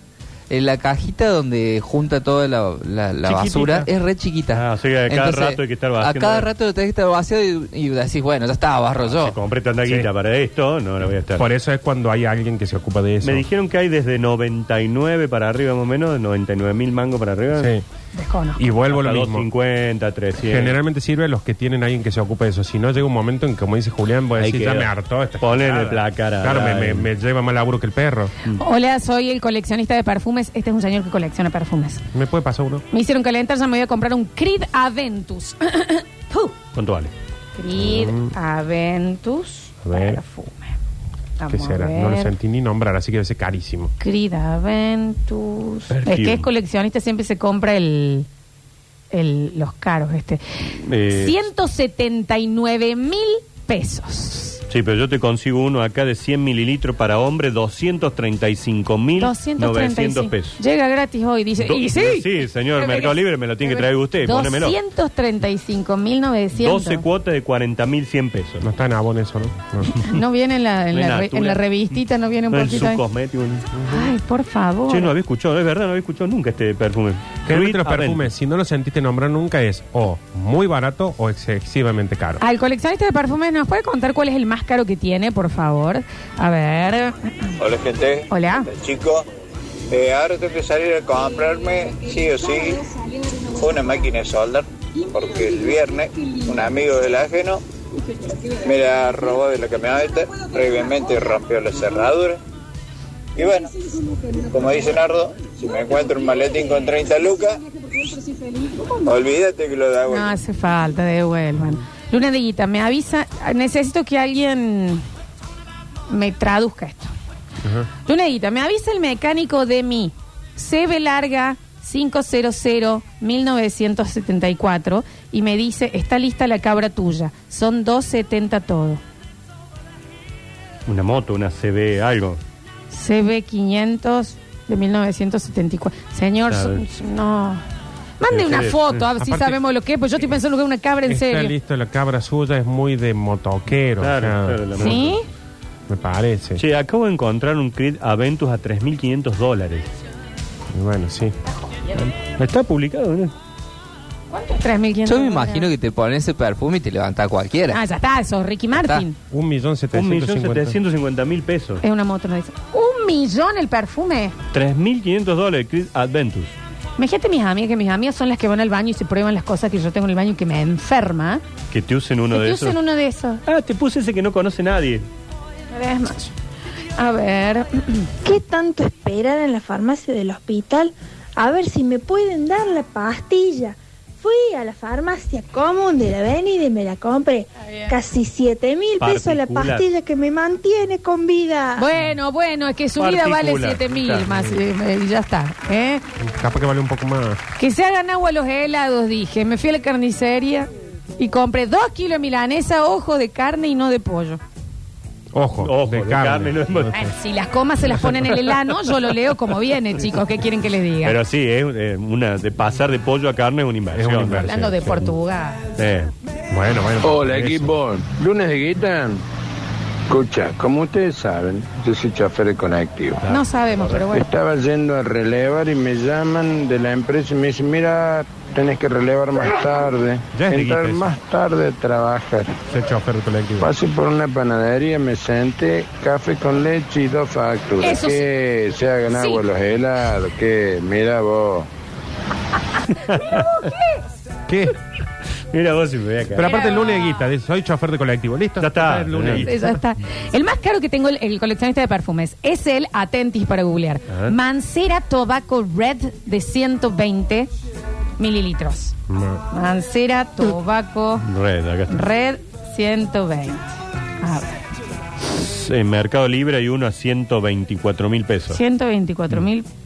Speaker 4: En la cajita donde junta toda la, la- la
Speaker 2: Chiquitita.
Speaker 4: basura es re chiquita.
Speaker 2: Ah, o sea que a cada rato hay que estar
Speaker 4: A
Speaker 2: vaciando.
Speaker 4: cada rato lo tenés que estar vaciado y, y decís, bueno, ya está, barro yo.
Speaker 2: Si compré tanta guita
Speaker 3: Sí.
Speaker 2: para esto, no la voy a estar.
Speaker 3: Por eso es cuando hay alguien que se ocupa de eso.
Speaker 2: Me dijeron que hay desde 99 para arriba, más o menos, 99 mil mangos para arriba.
Speaker 3: Sí.
Speaker 1: Desconozco.
Speaker 3: Y vuelvo a
Speaker 2: Hasta
Speaker 3: lo mismo.
Speaker 2: 250, 300.
Speaker 3: Generalmente sirve a los que tienen alguien que se ocupe de eso. Si no, llega un momento en que, como dice Julián, voy a
Speaker 2: Ahí
Speaker 3: decir, ya
Speaker 2: queda.
Speaker 3: me hartó esta
Speaker 2: Ponele
Speaker 3: gente.
Speaker 2: placar a-
Speaker 3: Claro, me, me- me lleva más laburo que el perro.
Speaker 1: Hola, soy el coleccionista de perfumes. Este es un señor que colecciona perfumes.
Speaker 3: ¿Me puede pasar uno?
Speaker 1: Me hicieron calentar, ya me voy a comprar un Creed Aventus. Uh,
Speaker 2: ¿Cuánto vale?
Speaker 1: Creed Aventus.
Speaker 3: Mm. A ver.
Speaker 1: Perfume.
Speaker 3: ¿Qué
Speaker 1: Vamos a
Speaker 3: será? No lo
Speaker 1: ver.
Speaker 3: sentí ni nombrar, así que debe ser carísimo.
Speaker 1: Crida Ventus. El
Speaker 2: Perfume.
Speaker 1: que es coleccionista siempre se compra el, el- los caros este.
Speaker 2: Eh.
Speaker 1: 179 mil pesos.
Speaker 2: Sí, pero yo te consigo uno acá de 100 mililitros para hombre, 235.900
Speaker 1: 235.
Speaker 2: pesos.
Speaker 1: Llega gratis hoy, dice.
Speaker 2: Do-
Speaker 1: y sí.
Speaker 2: Sí, señor, Mercado Libre me lo tiene que traer usted, pónemelo.
Speaker 1: 235.900.
Speaker 2: 12 cuotas de 40.100 pesos.
Speaker 3: No está en abón eso, ¿no? No.
Speaker 1: No viene en la, en
Speaker 2: No hay
Speaker 1: la
Speaker 2: nada,
Speaker 1: re-
Speaker 2: tú
Speaker 1: en la
Speaker 2: le-
Speaker 1: revistita, no viene un
Speaker 2: No, en
Speaker 1: poquito.
Speaker 2: su
Speaker 1: ahí?
Speaker 2: cosmético.
Speaker 1: Ay, por favor.
Speaker 2: Che, no había escuchado, es verdad, no había escuchado nunca este perfume.
Speaker 3: Generalmente los
Speaker 2: Fruit Avent.
Speaker 3: perfumes, si no los sentiste nombrar nunca, es o muy barato o excesivamente caro.
Speaker 1: Al coleccionista de perfumes, ¿nos puede contar cuál es el más caro que tiene, por favor? A ver.
Speaker 11: Hola gente.
Speaker 1: Hola.
Speaker 11: Chicos, eh, ahora tengo que salir a comprarme, sí o sí, una máquina de soldar, porque el viernes un amigo del ajeno me la robó de la camioneta, previamente rompió la cerradura. Y bueno, como dice Nardo, si me encuentro un maletín con 30 lucas, olvídate que lo da
Speaker 1: No hace falta, devuelvan. Luna de Guita, me avisa, necesito que alguien me traduzca esto. Luna de Guita, me avisa el mecánico de mi CB larga 500-1974 y me dice, está lista la cabra tuya, son 270 todo.
Speaker 2: Una moto, una CB, algo.
Speaker 1: CB 500 de 1974. Señor,
Speaker 2: Claro.
Speaker 1: son- no. Mande
Speaker 2: Sí,
Speaker 1: una
Speaker 2: sí.
Speaker 1: foto, a ver si
Speaker 3: Aparte-
Speaker 1: sabemos lo que es, pues yo estoy pensando que es una cabra en
Speaker 3: Está
Speaker 1: serio.
Speaker 3: listo, la cabra suya es muy de motoquero.
Speaker 2: Claro,
Speaker 3: o sea,
Speaker 2: claro, la moto.
Speaker 1: ¿Sí?
Speaker 3: Me parece.
Speaker 2: Che, acabo de encontrar un Creed Aventus a 3.500 dólares.
Speaker 3: Y Bueno, sí.
Speaker 2: Está publicado, ¿no?
Speaker 1: 3.500.
Speaker 4: Yo me imagino que te pones ese perfume y te levanta cualquiera.
Speaker 1: Ah, ya está, eso, Ricky Martin.
Speaker 3: Un millón setecientos cincuenta.
Speaker 2: 1.750.000 pesos.
Speaker 1: Es una moto, no dice. Un millón el perfume.
Speaker 2: 3.500 dólares, Creed Adventus.
Speaker 1: Imagínate mis amigas, que mis amigas son las que van al baño y se prueban las cosas que yo tengo en el baño y que me enferma.
Speaker 2: Que te usen uno
Speaker 1: Que
Speaker 2: de
Speaker 1: te
Speaker 2: esos.
Speaker 1: usen uno de esos.
Speaker 2: Ah, te puse ese que no conoce nadie.
Speaker 1: Me desmayo. A ver.
Speaker 12: ¿Qué tanto esperar en la farmacia del hospital? A ver si me pueden dar la pastilla. Fui a la farmacia común de la avenida y me la compré. Casi 7 mil pesos la
Speaker 2: Particular.
Speaker 12: pastilla que me mantiene con vida.
Speaker 1: Bueno, bueno, es que su vida vale
Speaker 2: Ah. Particular,
Speaker 1: 7 mil
Speaker 2: claro.
Speaker 1: más. eh, eh, ya está. ¿eh?
Speaker 3: Capaz que vale un poco más.
Speaker 1: Que se hagan agua los helados, dije. Me fui a la carnicería y compré dos kilos de milanesa, ojo de carne y no de pollo.
Speaker 3: Ojo,
Speaker 2: Ojo,
Speaker 3: de,
Speaker 2: de
Speaker 3: carne.
Speaker 2: carne, no es mo-
Speaker 1: Bueno, si las comas se las ponen en el elano, yo lo leo como viene, chicos. ¿Qué quieren que les diga?
Speaker 2: Pero sí, es eh, una de pasar de pollo a carne es una inversión.
Speaker 3: Es una inversión.
Speaker 1: Hablando de
Speaker 3: sí.
Speaker 1: Portugal.
Speaker 2: Eh,
Speaker 3: Bueno, bueno.
Speaker 13: Hola
Speaker 3: eso.
Speaker 13: equipo, lunes de guita. Escucha, como ustedes saben, yo soy chofer de Conectivo.
Speaker 1: No sabemos, pero bueno.
Speaker 13: Estaba yendo a relevar y me llaman de la empresa y me dicen, mira, tenés que relevar más tarde,
Speaker 3: Ya es de
Speaker 13: entrar
Speaker 3: guita eso.
Speaker 13: más tarde a trabajar.
Speaker 3: Ese chofer colectivo.
Speaker 13: Pasé por una panadería, me senté, café con leche y dos facturas.
Speaker 1: Eso sí.
Speaker 13: que se hagan
Speaker 1: Sí.
Speaker 13: agua los helados, que mira vos.
Speaker 3: ¿Qué?
Speaker 2: mira vos si me voy a
Speaker 3: Pero
Speaker 2: caer.
Speaker 3: aparte el lunes de guita, dice, soy chofer de colectivo. ¿Listo?
Speaker 2: Ya está.
Speaker 3: El lunes de guita.
Speaker 1: Sí, ya está. El más caro que tengo el, el coleccionista de perfumes es el Atentis para googlear.
Speaker 2: A ver.
Speaker 1: Mancera Tobacco Red de 120 mililitros.
Speaker 3: No.
Speaker 1: Mancera Tobacco
Speaker 2: Red, acá está.
Speaker 1: Red 120. A ver,
Speaker 2: En Mercado Libre hay uno a 124 mil pesos.
Speaker 1: 124 mil pesos.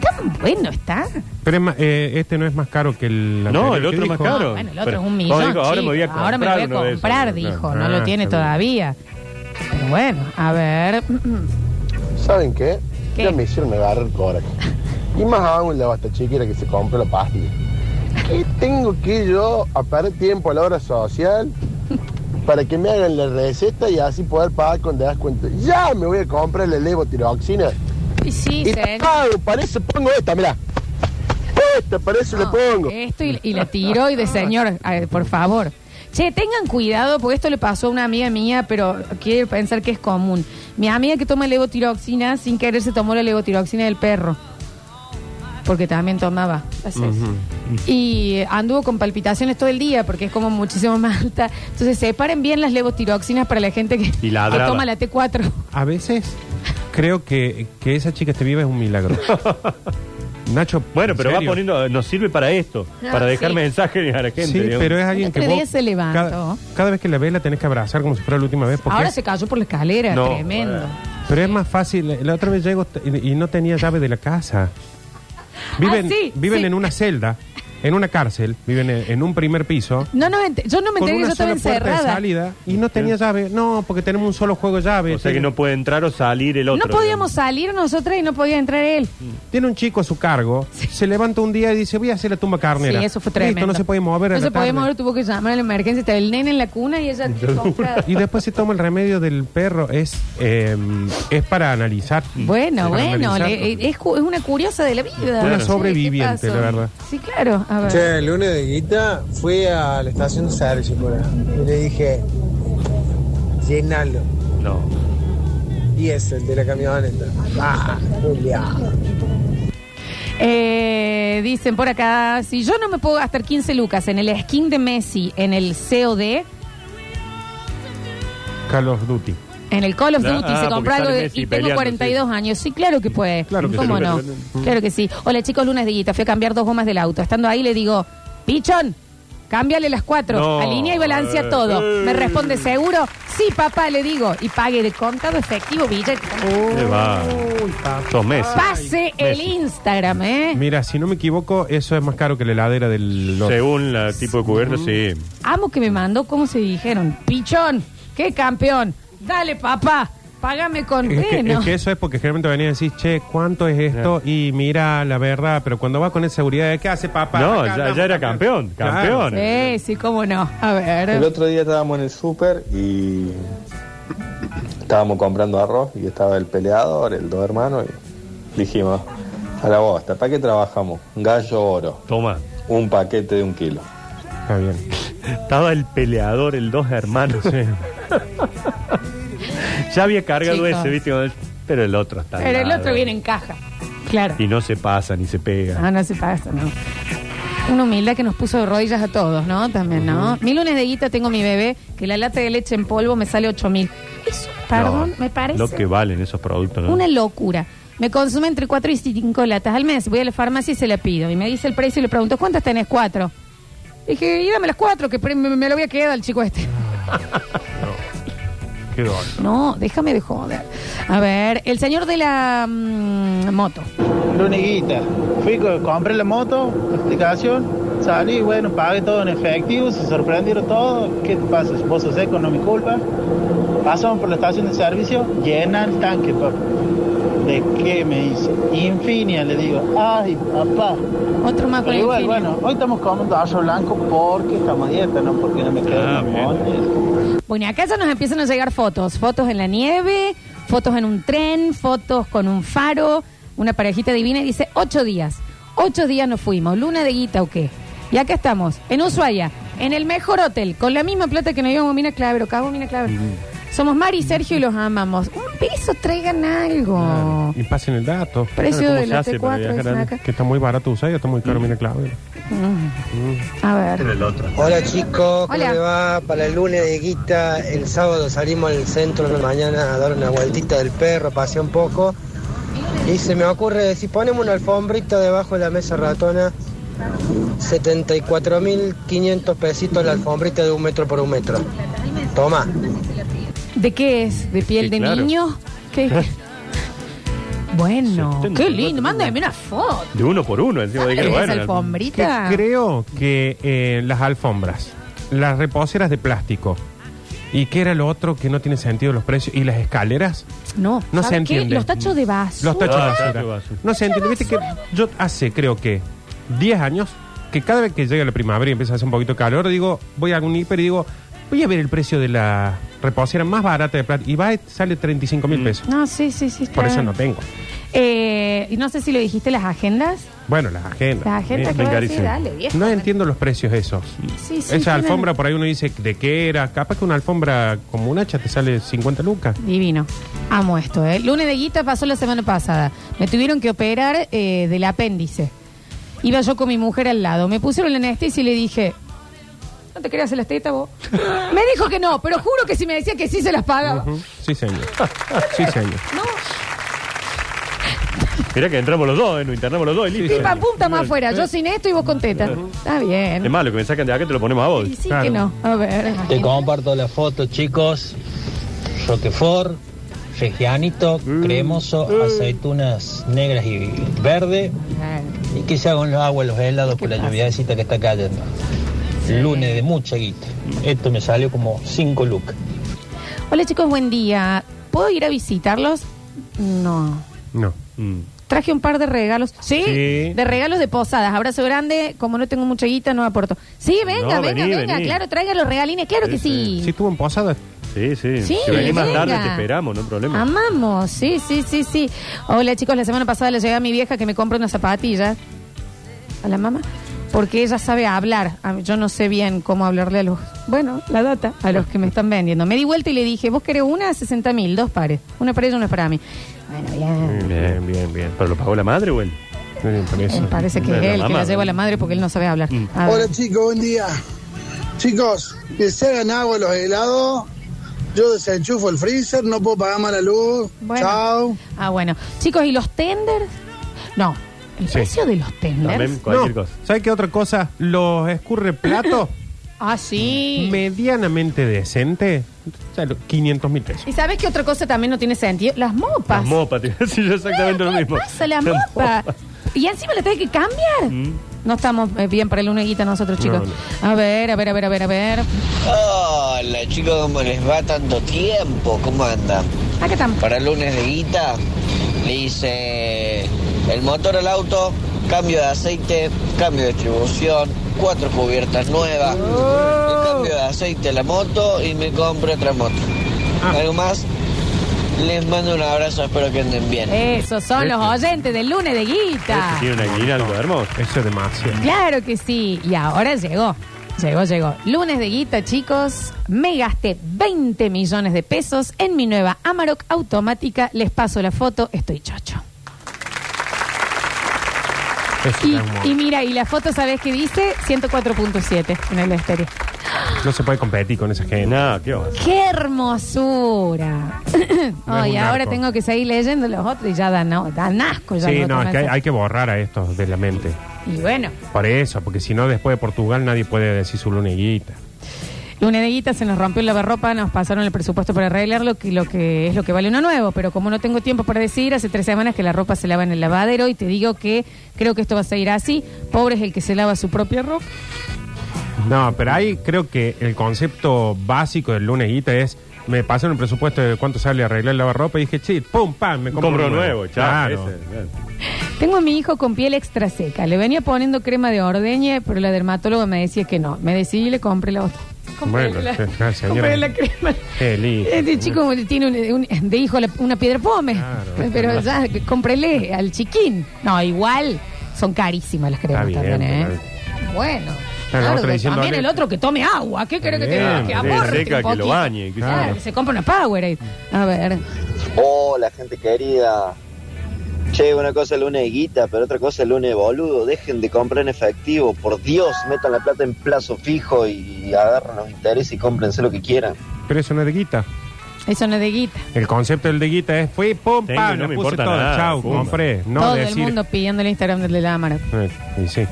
Speaker 1: ¿Tan bueno está?
Speaker 3: Pero es más- eh, este no es más caro que el
Speaker 2: No,
Speaker 3: anterior
Speaker 2: el
Speaker 3: que
Speaker 2: otro es más
Speaker 3: dijo.
Speaker 2: caro.
Speaker 1: Bueno, el otro
Speaker 2: Pero-
Speaker 1: es un
Speaker 2: Como
Speaker 1: millón.
Speaker 2: digo, ahora me
Speaker 1: chico.
Speaker 2: voy a comprar.
Speaker 1: Ahora me lo voy a
Speaker 2: uno de esos.
Speaker 1: comprar, dijo.
Speaker 3: Ah,
Speaker 1: no lo tiene
Speaker 3: está bien.
Speaker 1: todavía. Pero bueno, a ver.
Speaker 8: ¿Saben qué?
Speaker 1: ¿Qué?
Speaker 8: Ya me hicieron agarrar el coraje. Y más aún la basta chiquera que se compra la pastilla. ¿Qué tengo que yo a perder tiempo a la hora social para que me hagan la receta y así poder pagar con descuento? Ya me voy a comprar la levotiroxina.
Speaker 1: Y sí,
Speaker 8: y
Speaker 1: señor.
Speaker 8: pago, para eso pongo esta, mirá. Esta, para eso le
Speaker 1: No,
Speaker 8: pongo.
Speaker 1: Ah, Esto y, y la tiroides, señor, A ver, por favor. Che, tengan cuidado, porque esto le pasó a una amiga mía, pero quiero pensar que es común. Mi amiga que toma levotiroxina, sin querer se tomó la levotiroxina del perro. Porque también tomaba. Así es. Y anduvo con palpitaciones todo el día, porque es como muchísimo más alta. Entonces, separen bien las levotiroxinas para la gente que,
Speaker 2: Y la
Speaker 1: que
Speaker 2: brava.
Speaker 1: toma la T4.
Speaker 3: A veces creo que, que esa chica esté viva es un milagro. Nacho,
Speaker 2: Bueno,
Speaker 3: ¿en
Speaker 2: pero va
Speaker 3: serio?
Speaker 2: poniendo, nos sirve para esto,
Speaker 1: Ah,
Speaker 2: para dejar
Speaker 1: sí.
Speaker 2: mensajes a la gente.
Speaker 3: Sí,
Speaker 2: digamos.
Speaker 3: pero es alguien
Speaker 1: otro
Speaker 3: que
Speaker 1: Este día
Speaker 3: vos
Speaker 1: se levantó.
Speaker 3: Cada, cada vez que la ves la tenés que abrazar como si fuera la última vez. Porque
Speaker 1: Ahora
Speaker 3: es- eh.
Speaker 1: se cayó por la escalera,
Speaker 2: No,
Speaker 1: tremendo.
Speaker 2: bueno.
Speaker 3: Pero es más fácil. La otra vez llego t- y, y no tenía llave de la casa. Viven,
Speaker 1: Ah, sí,
Speaker 3: viven
Speaker 1: sí.
Speaker 3: en una celda. en una cárcel, viven en, en un primer piso.
Speaker 1: No, no, ent- yo no me
Speaker 3: con
Speaker 1: enteré que
Speaker 3: una
Speaker 1: yo estaba
Speaker 3: sola puerta de
Speaker 1: encerrada.
Speaker 3: salida y no tenía llave. No, porque tenemos un solo juego de llave.
Speaker 2: O sea que no puede entrar o salir el otro.
Speaker 1: No podíamos salir nosotras y no podía entrar él.
Speaker 3: Tiene un chico a su cargo, se levanta un día y dice, voy a hacer la tumba carnera.
Speaker 1: Sí, eso fue
Speaker 3: Listo,
Speaker 1: tremendo.
Speaker 3: no se puede mover. a
Speaker 1: No
Speaker 3: la
Speaker 1: se podía
Speaker 3: tarde.
Speaker 1: mover, tuvo que llamar a la emergencia. Estaba el nene en la cuna y ella comprada.
Speaker 3: Y después se toma el remedio del perro. Es, eh, es para analizar.
Speaker 1: Bueno,
Speaker 3: Para
Speaker 1: bueno,
Speaker 3: analizar.
Speaker 1: le- eh, es, cu- es una curiosa de la vida.
Speaker 3: Una
Speaker 1: Sí, ¿qué
Speaker 3: sobreviviente,
Speaker 1: pasó?
Speaker 3: la verdad.
Speaker 1: Sí, claro. A ver.
Speaker 14: Che, el lunes de guita fui a la estación de servicio por ahí, y le dije, llenalo.
Speaker 2: No.
Speaker 14: Y es el de la camioneta. Ah, Julia.
Speaker 1: Eh, dicen por acá, si yo no me puedo gastar 15 lucas en el skin de Messi, en el COD, eh.
Speaker 3: Call of Duty.
Speaker 1: en el Call of
Speaker 3: Ah,
Speaker 1: Duty,
Speaker 3: porque
Speaker 1: se compra algo
Speaker 3: sale
Speaker 1: de-
Speaker 3: Messi
Speaker 1: y tengo
Speaker 3: peleando,
Speaker 1: 42 años. Sí, claro que puede.
Speaker 3: Claro que
Speaker 1: ¿Cómo
Speaker 3: sí.
Speaker 1: no?
Speaker 3: Mm.
Speaker 1: Claro que sí. Hola chicos, lunes de guita, fui a cambiar dos gomas del auto. Estando ahí le digo, pichón, cámbiale las cuatro,
Speaker 15: No.
Speaker 1: alinea y balancea
Speaker 15: Eh.
Speaker 1: todo. Me responde, ¿seguro? Sí, papá, le digo. Y pague de contado efectivo, billete.
Speaker 3: Qué va.
Speaker 2: Sos Messi.
Speaker 1: Pase el
Speaker 2: Messi.
Speaker 1: Instagram, ¿eh?
Speaker 3: Mira, si no me equivoco, eso es más caro que la heladera del...
Speaker 2: Según la tipo de cubierta, sí.
Speaker 1: Amo que me mandó cómo se dijeron. Pichón, qué campeón. Dale, papá, págame con...
Speaker 3: Es que,
Speaker 1: Bueno.
Speaker 3: es que eso es porque generalmente venía a decir, che, ¿cuánto es esto? Y mira, la verdad, pero cuando va con esa seguridad, ¿qué hace papá?
Speaker 2: No,
Speaker 3: Acá
Speaker 2: ya,
Speaker 3: andamos,
Speaker 2: ya era
Speaker 3: acá.
Speaker 2: campeón, campeón.
Speaker 1: Sí, sí, cómo no. A
Speaker 16: El
Speaker 1: ver.
Speaker 16: otro día estábamos en el súper y estábamos comprando arroz y estaba el peleador, el dos hermanos, y dijimos, a la bosta, ¿para qué trabajamos? Gallo oro.
Speaker 2: Toma.
Speaker 16: Un paquete de un kilo.
Speaker 3: Está bien.
Speaker 2: Estaba el peleador, el dos hermanos. ya había cargado
Speaker 1: Chicos.
Speaker 2: ese, ¿viste? Pero el otro está. al
Speaker 1: Pero el
Speaker 2: lado.
Speaker 1: otro viene en caja. Claro.
Speaker 2: Y no se pasa ni se pega.
Speaker 1: Ah, no se pasa, no. Una humildad que nos puso de rodillas a todos, ¿no? También, ¿no? Mi lunes de guita tengo mi bebé, que la lata de leche en polvo me sale 8 mil. Eso, perdón,
Speaker 2: No,
Speaker 1: me parece
Speaker 2: Lo que valen esos productos, ¿no?
Speaker 1: una locura. Me consume entre 4 y 5 latas al mes. Voy a la farmacia y se la pido. Y me dice el precio y le pregunto, ¿cuántas tenés? Cuatro. Dije, y dame las cuatro, que pre- me, me lo voy a quedar al chico este.
Speaker 3: Qué dolor.
Speaker 1: No, déjame de joder. A ver, el señor de la mm, moto.
Speaker 6: Luniguita, fui, co- compré la moto, la aplicación, salí, bueno, pagué todo en efectivo, se sorprendieron todo. ¿Qué te pasa? Vos sos seco, no es mi culpa. Pasamos por la estación de servicio, llena el tanque, papá. ¿De qué me dice? Infinia, le digo. Ay, papá.
Speaker 1: Otro más Ah, con
Speaker 6: Pero igual,
Speaker 1: Infinia.
Speaker 6: bueno, hoy estamos comiendo gallo blanco porque estamos a dieta, no porque no me quedan los montes.
Speaker 1: Bueno, y acá ya nos empiezan a llegar fotos. Fotos en la nieve, fotos en un tren, fotos con un faro, una parejita divina. Y dice, ocho días. Ocho días nos fuimos. Luna de guita o qué. Y acá estamos, en Ushuaia, en el mejor hotel, con la misma plata que nos íbamos a Mina Clavero. Cago en Mina Clavero. Somos Mari y Sergio y los amamos. Un peso, traigan algo.
Speaker 3: Y pasen el dato.
Speaker 1: Precio
Speaker 3: Claro, ¿cómo
Speaker 1: de
Speaker 3: se
Speaker 1: la
Speaker 3: hace para
Speaker 1: T4
Speaker 3: viajar
Speaker 1: dicen
Speaker 3: al-
Speaker 1: acá.
Speaker 3: Que está muy barato usar y está muy caro, mira, clave.
Speaker 1: Mm. A ver.
Speaker 17: Hola chicos, ¿cómo
Speaker 1: Hola.
Speaker 17: le va? Para el lunes de guita, el sábado salimos al centro de la mañana a dar una vueltita del perro, pasé un poco. Y se me ocurre, si ponemos una alfombrita debajo de la mesa ratona, 74.500 pesitos la alfombrita de un metro por un metro. Toma.
Speaker 1: ¿De qué es? ¿De piel
Speaker 17: Sí,
Speaker 1: de
Speaker 17: claro.
Speaker 1: niño? ¿Qué? bueno,
Speaker 2: Setenta y
Speaker 1: qué
Speaker 2: cuatro
Speaker 1: lindo. Mándame una foto.
Speaker 2: De uno por uno, encima de que
Speaker 1: ¿Esa
Speaker 2: bueno.
Speaker 1: alfombrita?
Speaker 3: Que creo que eh, las alfombras, las reposeras de plástico. ¿Y qué era lo otro que no tiene sentido los precios? ¿Y las escaleras?
Speaker 1: No,
Speaker 3: No se
Speaker 1: ¿sabe qué?
Speaker 3: entiende.
Speaker 1: Los tachos de basura.
Speaker 3: Los tachos de
Speaker 2: Ah,
Speaker 3: basura.
Speaker 2: tachos de basura.
Speaker 3: No se entiende. Viste que yo hace, creo que, 10 años, que cada vez que llega la primavera y empieza a hacer un poquito de calor, digo, voy a algún hiper y digo, voy a ver el precio de la reposera más barata de plata. Y va, y sale 35 mil pesos.
Speaker 1: No, sí, sí, sí.
Speaker 3: Por
Speaker 1: está.
Speaker 3: eso no tengo.
Speaker 1: Eh, y no sé si lo dijiste, las agendas.
Speaker 3: Bueno, las agendas.
Speaker 1: Las agendas que
Speaker 3: Bien.
Speaker 1: Bien voy a decir, carísimo. dale, viejo,
Speaker 3: No entiendo los precios esos.
Speaker 1: Sí, sí,
Speaker 3: Esa
Speaker 1: tienen-
Speaker 3: alfombra, por ahí uno dice, ¿de qué era? Capaz que una alfombra como un hacha te sale 50 lucas.
Speaker 1: Divino. Amo esto, ¿eh? Lunes de guita pasó la semana pasada. Me tuvieron que operar eh, del apéndice. Iba yo con mi mujer al lado. Me pusieron la anestesia y le dije, ¿no te querías hacer las tetas vos? me dijo que no, pero juro que si me decía que sí se las pagaba.
Speaker 3: Ujú. Sí, señor. Sí, señor.
Speaker 2: Mirá que entramos los dos, eh, nos internamos los dos. y listo.
Speaker 1: Pim, pam, pum, está más afuera. Yo sin esto y vos con teta. Está
Speaker 2: Es
Speaker 1: bien.
Speaker 2: más, lo que me sacan de acá te lo ponemos a vos.
Speaker 1: Sí, que no. A ver.
Speaker 18: Te comparto la foto, chicos. Roquefort,
Speaker 15: regianito, cremoso, aceitunas negras y verde. Y que se hagan los agua, los helados por la lluviacita que está cayendo. Lunes de mucha guita. Esto me salió como 5 lucas.
Speaker 1: Hola chicos, buen día. ¿Puedo ir a visitarlos? No.
Speaker 3: No.
Speaker 2: Mm.
Speaker 1: Traje un par de regalos. ¿Sí?
Speaker 3: Sí.
Speaker 1: De regalos de posadas. Abrazo grande. Como no tengo mucha guita, no aporto. Sí, venga,
Speaker 2: No,
Speaker 1: venga,
Speaker 2: vení,
Speaker 1: venga.
Speaker 2: vení.
Speaker 1: Claro, traiga los regalines. Claro que sí.
Speaker 3: Sí, estuvo en Posadas.
Speaker 2: Sí, sí.
Speaker 1: Sí,
Speaker 2: si venís más
Speaker 1: venga.
Speaker 2: tarde te esperamos, no hay problema.
Speaker 1: Amamos. Sí, sí, sí, sí. Hola, chicos. La semana pasada le llegué a mi vieja que me compra unas zapatillas. A la mamá. Porque ella sabe hablar. A mí- Yo no sé bien cómo hablarle a los... Bueno, la data. A los que me están vendiendo. Me di vuelta y le dije, vos querés una, 60 mil, dos pares. Una para ella, una para mí. Bueno, bien.
Speaker 2: Bien, bien, bien. ¿Pero lo pagó la madre o él?
Speaker 1: Él Eh, parece que es
Speaker 2: La
Speaker 1: él que
Speaker 2: mamá,
Speaker 1: la lleva a la madre porque él no sabe hablar. A ver.
Speaker 18: Hola chicos, buen día. Chicos, que se hagan agua los helados. Yo desenchufo el freezer, no puedo pagar más la luz.
Speaker 1: Bueno.
Speaker 18: Chao.
Speaker 1: Ah, bueno. Chicos, ¿y los tenders? No. El
Speaker 3: Sí.
Speaker 1: precio de los tenders.
Speaker 3: No, ¿Sabes qué otra cosa? Los escurre platos
Speaker 1: Ah, sí.
Speaker 3: medianamente decente. O sea, los 500 mil pesos.
Speaker 1: ¿Y sabes qué otra cosa también no tiene sentido? Las mopas.
Speaker 2: Las mopas, te iba a decir yo exactamente lo mismo.
Speaker 1: Pasa la mopa. Y encima la tenés que cambiar. No estamos eh, bien para el uneguita nosotros, chicos. A ver, a ver, a ver, a ver, a ver.
Speaker 19: Hola chicos, ¿cómo les va tanto tiempo? ¿Cómo andan?
Speaker 1: Acá estamos.
Speaker 19: Para el lunes de guita, le hice el motor al auto, cambio de aceite, cambio de distribución, cuatro cubiertas nuevas, le cambio de aceite a la moto y me compro otra moto. ¿Algo más? Les mando un abrazo, espero que anden bien.
Speaker 1: Esos son los oyentes del lunes de guita.
Speaker 2: Tiene una guirnalda hermosa.
Speaker 3: Eso es demasiado.
Speaker 1: Claro que sí. Y ahora llegó. Llegó, llegó. Lunes de guita, chicos. Me gasté 20 millones de pesos en mi nueva Amarok automática. Les paso la foto. Estoy chocho.
Speaker 3: Eso
Speaker 1: Y,
Speaker 3: está hermoso.
Speaker 1: y mira, y la foto, ¿sabes qué dice? 104.7 en el estéreo.
Speaker 3: No se puede competir con esa gente.
Speaker 2: No, Eh, qué va.
Speaker 1: ¡Qué hermosura!
Speaker 3: No es
Speaker 1: Ay,
Speaker 3: un
Speaker 1: ahora
Speaker 3: narco.
Speaker 1: tengo que seguir leyendo los otros y ya dan, dan asco. Ya
Speaker 3: Sí,
Speaker 1: los
Speaker 3: no,
Speaker 1: otros
Speaker 3: es que hay,
Speaker 1: mensajes.
Speaker 3: hay que borrar a estos de la mente.
Speaker 1: Y bueno,
Speaker 3: Por eso, porque si no, después de Portugal nadie puede decir su luneguita.
Speaker 1: lunes de guita se nos rompió el lavarropa, nos pasaron el presupuesto para arreglarlo, que lo que es lo que vale uno nuevo. Pero como no tengo tiempo para decir, hace tres semanas que la ropa se lava en el lavadero y te digo que creo que esto va a seguir así. Pobre es el que se lava su propia ropa.
Speaker 3: No, pero ahí creo que el concepto básico del luneguita es. Me pasaron un presupuesto de cuánto sale arreglar el lavarropa y dije, sí, pum, pam, me compro,
Speaker 2: Compro
Speaker 3: uno
Speaker 2: nuevo, chao.
Speaker 3: Claro.
Speaker 2: ese, claro.
Speaker 1: Tengo a mi hijo con piel extra seca. Le venía poniendo crema de ordeña, pero la dermatóloga me decía que no. Me decidí y le compré la otra. Compré
Speaker 3: Bueno,
Speaker 1: la-
Speaker 3: sí, ah, señora.
Speaker 1: compré la crema.
Speaker 3: Qué lindo.
Speaker 1: Este chico tiene un- un- de hijo la- una piedra pome.
Speaker 3: Claro.
Speaker 1: pero ya, cómprele al chiquín. No, igual son carísimas las cremas
Speaker 3: Está bien,
Speaker 1: también, ¿eh?
Speaker 3: está bien.
Speaker 1: Bueno.
Speaker 3: Está la
Speaker 1: Claro,
Speaker 3: otra diciendo,
Speaker 1: también
Speaker 3: "Ale".
Speaker 1: el otro que tome agua. ¿Qué querés que te
Speaker 3: Bien,
Speaker 1: diga? Que
Speaker 3: que
Speaker 1: aporte
Speaker 2: seca,
Speaker 1: un
Speaker 2: que lo
Speaker 1: poquito.
Speaker 2: bañe, que-
Speaker 1: Claro,
Speaker 2: Claro.
Speaker 1: que se compra una Powerade. A ver.
Speaker 19: Hola, gente querida. Che, una cosa es lunes de guita, pero otra cosa es lunes de boludo. Dejen de comprar en efectivo. Por Dios, metan la plata en plazo fijo y agarren los intereses y cómprense lo que quieran.
Speaker 3: Pero eso no es de guita.
Speaker 1: Eso no es de guita.
Speaker 3: El concepto del de guita es fui, pum,
Speaker 2: Tengo,
Speaker 3: pam,
Speaker 2: no
Speaker 3: lo
Speaker 2: me
Speaker 3: puse
Speaker 2: importa
Speaker 3: todo,
Speaker 2: nada,
Speaker 3: chau,
Speaker 2: fuma.
Speaker 3: compré. No
Speaker 1: Todo
Speaker 3: decir.
Speaker 1: el mundo pidiendo el Instagram de la cámara.
Speaker 3: Eh, y sí,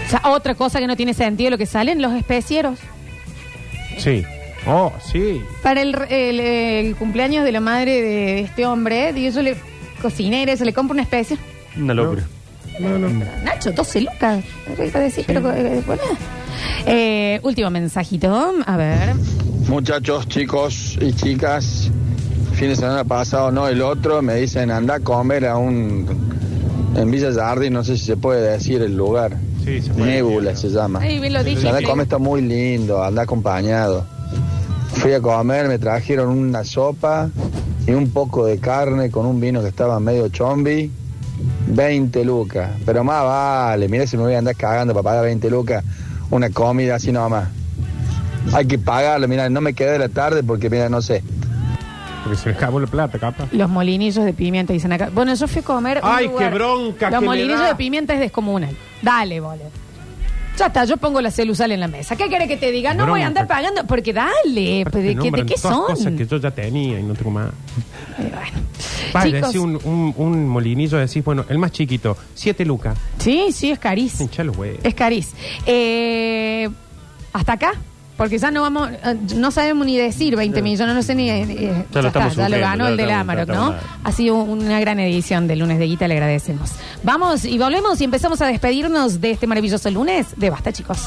Speaker 1: O sea, otra cosa que no tiene sentido, lo que salen los especieros.
Speaker 3: sí. Oh, sí.
Speaker 1: Para el, el- el cumpleaños de la madre de este hombre, digo, yo le cocinera, se le compra una especie.
Speaker 2: Una locura.
Speaker 1: Nacho, 12 lucas. Rico decir, pero, eh, bueno. Eh, último mensajito, a ver.
Speaker 20: Muchachos, chicos y chicas, fin de semana pasado, no el otro, me dicen anda a comer a un. En Villa Jardín, no sé si se puede decir el lugar.
Speaker 3: Sí, se
Speaker 20: puede Nébula se llama.
Speaker 1: Ay, bien lo dije.
Speaker 20: Anda a comer, está muy lindo, anda acompañado. Fui a comer, me trajeron una sopa y un poco de carne con un vino que estaba medio chombi. 20 lucas, pero más vale, mira si me voy a andar cagando para pagar 20 lucas una comida así nomás. Hay que pagarlo, mira, no me quedé de la tarde porque, mira, no sé.
Speaker 3: Porque se me acabó la plata, capa.
Speaker 1: Los molinillos de pimienta, dicen acá. Bueno, yo fui a comer. un
Speaker 3: Ay,
Speaker 1: lugar.
Speaker 3: qué bronca
Speaker 1: Los
Speaker 3: que le
Speaker 1: molinillos
Speaker 3: da.
Speaker 1: de pimienta es descomunal. Dale, boludo. Ya está, yo pongo la celusal en la mesa. ¿Qué querés que te diga? No voy a
Speaker 3: Bronca.
Speaker 1: andar pagando, porque dale. pues, ¿De, qué, de qué son?
Speaker 3: cosas que yo ya tenía y no tengo más. Vale,
Speaker 1: Chicos.
Speaker 3: decís un, un, un molinillo, decís, bueno, el más chiquito, 7 lucas.
Speaker 1: Sí, sí, es carísimo.
Speaker 3: Hincha los huevos.
Speaker 1: Es Caris. Eh, ¿Hasta acá? Porque ya no vamos, eh, no sabemos ni decir 20 millones, no sé ni. eh, eh,
Speaker 2: Ya lo estamos
Speaker 1: ya lo
Speaker 2: sufriendo,
Speaker 1: ganó
Speaker 2: ya
Speaker 1: el del
Speaker 2: estamos-
Speaker 1: Amarok,
Speaker 2: ya
Speaker 1: ¿no?
Speaker 2: estamos-
Speaker 1: Ha sido una gran edición de lunes de Guita, le agradecemos. Vamos y volvemos y empezamos a despedirnos de este maravilloso lunes de Basta, chicos.